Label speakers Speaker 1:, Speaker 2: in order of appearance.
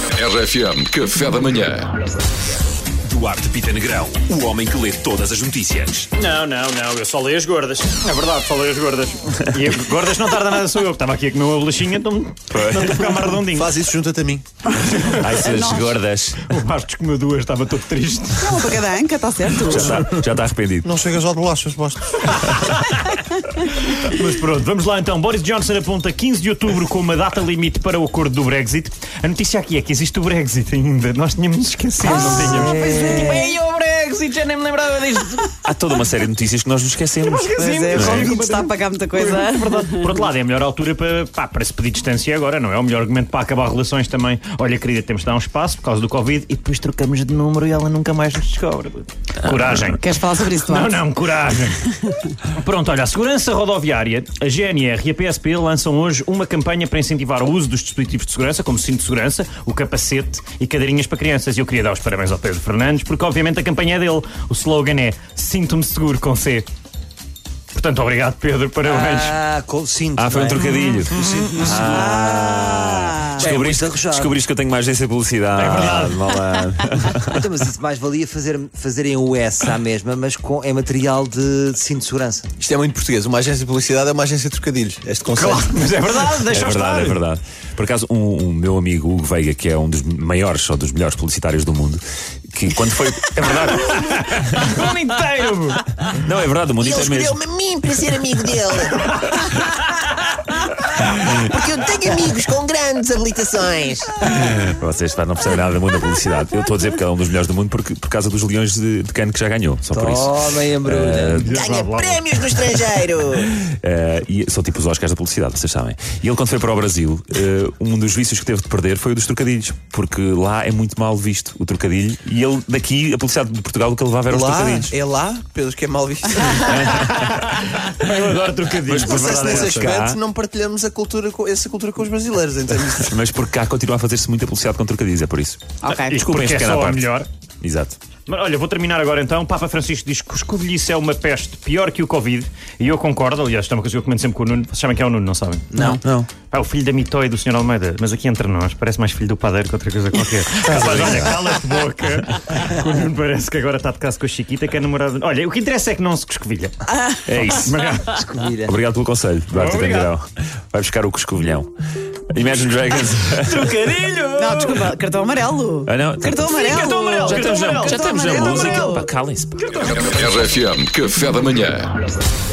Speaker 1: RFM, café da manhã.
Speaker 2: Duarte Pita Negrão, o homem que lê todas as notícias.
Speaker 3: Não, não, não, eu só leio as gordas. É verdade, só leio as gordas. E eu- gordas não tarda nada, sou eu que estava aqui a comer uma bolachinha, então não estou a ficar mais redondinho.
Speaker 4: Faz isso, junta-te a mim.
Speaker 2: Ai, suas gordas.
Speaker 3: O Bastos comeu duas, estava todo triste.
Speaker 5: É uma para cada anca, está certo? Ah,
Speaker 2: Já está já tá arrependido.
Speaker 4: Não chegas ao de bolachas, bosta.
Speaker 3: Mas pronto, vamos lá então. Boris Johnson aponta 15 de outubro como a data limite para o acordo do Brexit. A notícia aqui é que existe o Brexit ainda. Nós tínhamos esquecido,
Speaker 5: Ah.
Speaker 3: não tínhamos.
Speaker 5: Pois é.
Speaker 3: o Brexit, já nem me lembrava disto.
Speaker 2: Há toda uma série de notícias que nós nos esquecemos.
Speaker 5: Pois é, o Covid está a pagar muita coisa.
Speaker 3: Por outro lado, é a melhor altura para, pá, para se pedir distância agora, não é? O melhor argumento para acabar relações também. Olha, querida, temos de dar um espaço por causa do Covid e depois trocamos de número e ela nunca mais nos descobre. Coragem.
Speaker 5: Queres falar sobre isso,
Speaker 3: Não,
Speaker 5: Duarte?
Speaker 3: não, coragem. Pronto, olha, a segurança rodoviária, a GNR e a PSP lançam hoje uma campanha para incentivar o uso dos dispositivos de segurança, como o cinto de segurança, o capacete e cadeirinhas para crianças. E eu queria dar os parabéns ao Pedro Fernandes, porque obviamente a campanha é dele. O slogan é Sinto-me seguro com C. Portanto, obrigado, Pedro, parabéns.
Speaker 6: Ah, com, sinto.
Speaker 2: Ah, foi um
Speaker 6: não é?
Speaker 2: trocadilho.
Speaker 5: Ah,
Speaker 2: Descobriste,
Speaker 6: É muito arrojado.
Speaker 2: descobriste que eu tenho mais agência de publicidade.
Speaker 3: É verdade.
Speaker 2: malandro.
Speaker 6: Então, mas isso mais valia fazer, fazerem o S à mesma, mas com, em material de, de cinto de segurança.
Speaker 4: Isto é muito português. Uma agência de publicidade é uma agência de trocadilhos. Este conceito.
Speaker 3: Mas é verdade,
Speaker 2: É
Speaker 3: deixa-o
Speaker 2: verdade,
Speaker 3: estar.
Speaker 2: é verdade. Por acaso, um, um meu amigo Hugo Veiga, que é um dos maiores ou dos melhores publicitários do mundo, que quando foi. É verdade.
Speaker 3: O mundo inteiro. meu.
Speaker 2: Não, é verdade, o mundo
Speaker 7: Ele
Speaker 2: inteiro mesmo.
Speaker 7: escolheu-me a mim para ser amigo dele. Porque eu tenho amigos com grandes habilitações.
Speaker 2: Vocês pá, não percebem nada do mundo da publicidade. Eu estou a dizer porque é um dos melhores do mundo porque, por causa dos leões de, de cano que já ganhou. Só por isso.
Speaker 6: Tomem a brulha.
Speaker 7: Ganha
Speaker 3: Ah,
Speaker 7: prémios no estrangeiro.
Speaker 2: Eh, e são tipo os Oscars da publicidade, vocês sabem. E ele, quando foi para o Brasil, eh, um dos vícios que teve de perder foi o dos trocadilhos, porque lá é muito mal visto o trocadilho. E ele, daqui, a publicidade de Portugal, o que ele vai ver os
Speaker 4: Lá,
Speaker 2: trocadilhos.
Speaker 4: é lá, Pedro, que é mal visto.
Speaker 3: Eu adoro trocadilhos.
Speaker 2: Mas
Speaker 4: Não é.
Speaker 2: por
Speaker 4: sei se nesse
Speaker 2: verdade, cá-
Speaker 4: aspecto não partilhamos a cultura com, essa cultura com os brasileiros. Então,
Speaker 2: Mas porque cá continua a fazer-se muita publicidade com trocadilhos, é por isso.
Speaker 5: Ok.
Speaker 2: Desculpem
Speaker 3: Porque
Speaker 2: este
Speaker 3: é
Speaker 2: pequeno à
Speaker 3: só a
Speaker 2: parte.
Speaker 3: melhor.
Speaker 2: Exato.
Speaker 3: Mas, Olha, vou terminar agora então. O Papa Francisco diz que o escovilhice é uma peste pior que o Covid. E eu concordo, aliás, isto é uma coisa que eu comento sempre com o Nuno. Vocês sabem que é o Nuno, não sabem?
Speaker 6: Não.
Speaker 4: não.
Speaker 3: É o filho da mitóia do Sr. Almeida. Mas aqui entre nós, parece mais filho do padeiro que outra coisa qualquer. Rapaz, olha, cala-te boca. Que o Nuno parece que agora está de caso com a Chiquita, que é namorada. Olha, o que interessa é que não se escovilha.
Speaker 2: É isso.
Speaker 6: Descobrirem.
Speaker 2: Obrigado pelo conselho, Duarte
Speaker 3: Obrigado.
Speaker 2: Tendrão. Vai buscar o Coscovilhão. Imagine Dragons.
Speaker 3: Trocadilho!
Speaker 5: Não, desculpa, cartão amarelo.
Speaker 2: Ah, não.
Speaker 5: Cartão amarelo.
Speaker 3: cartão amarelo,
Speaker 2: Já
Speaker 3: cartão
Speaker 2: estamos na-
Speaker 3: amarelo.
Speaker 2: já estamos na
Speaker 5: Cartão amarelo.
Speaker 2: música. Pá, Calem-se. pá.
Speaker 1: RFM, café da manhã.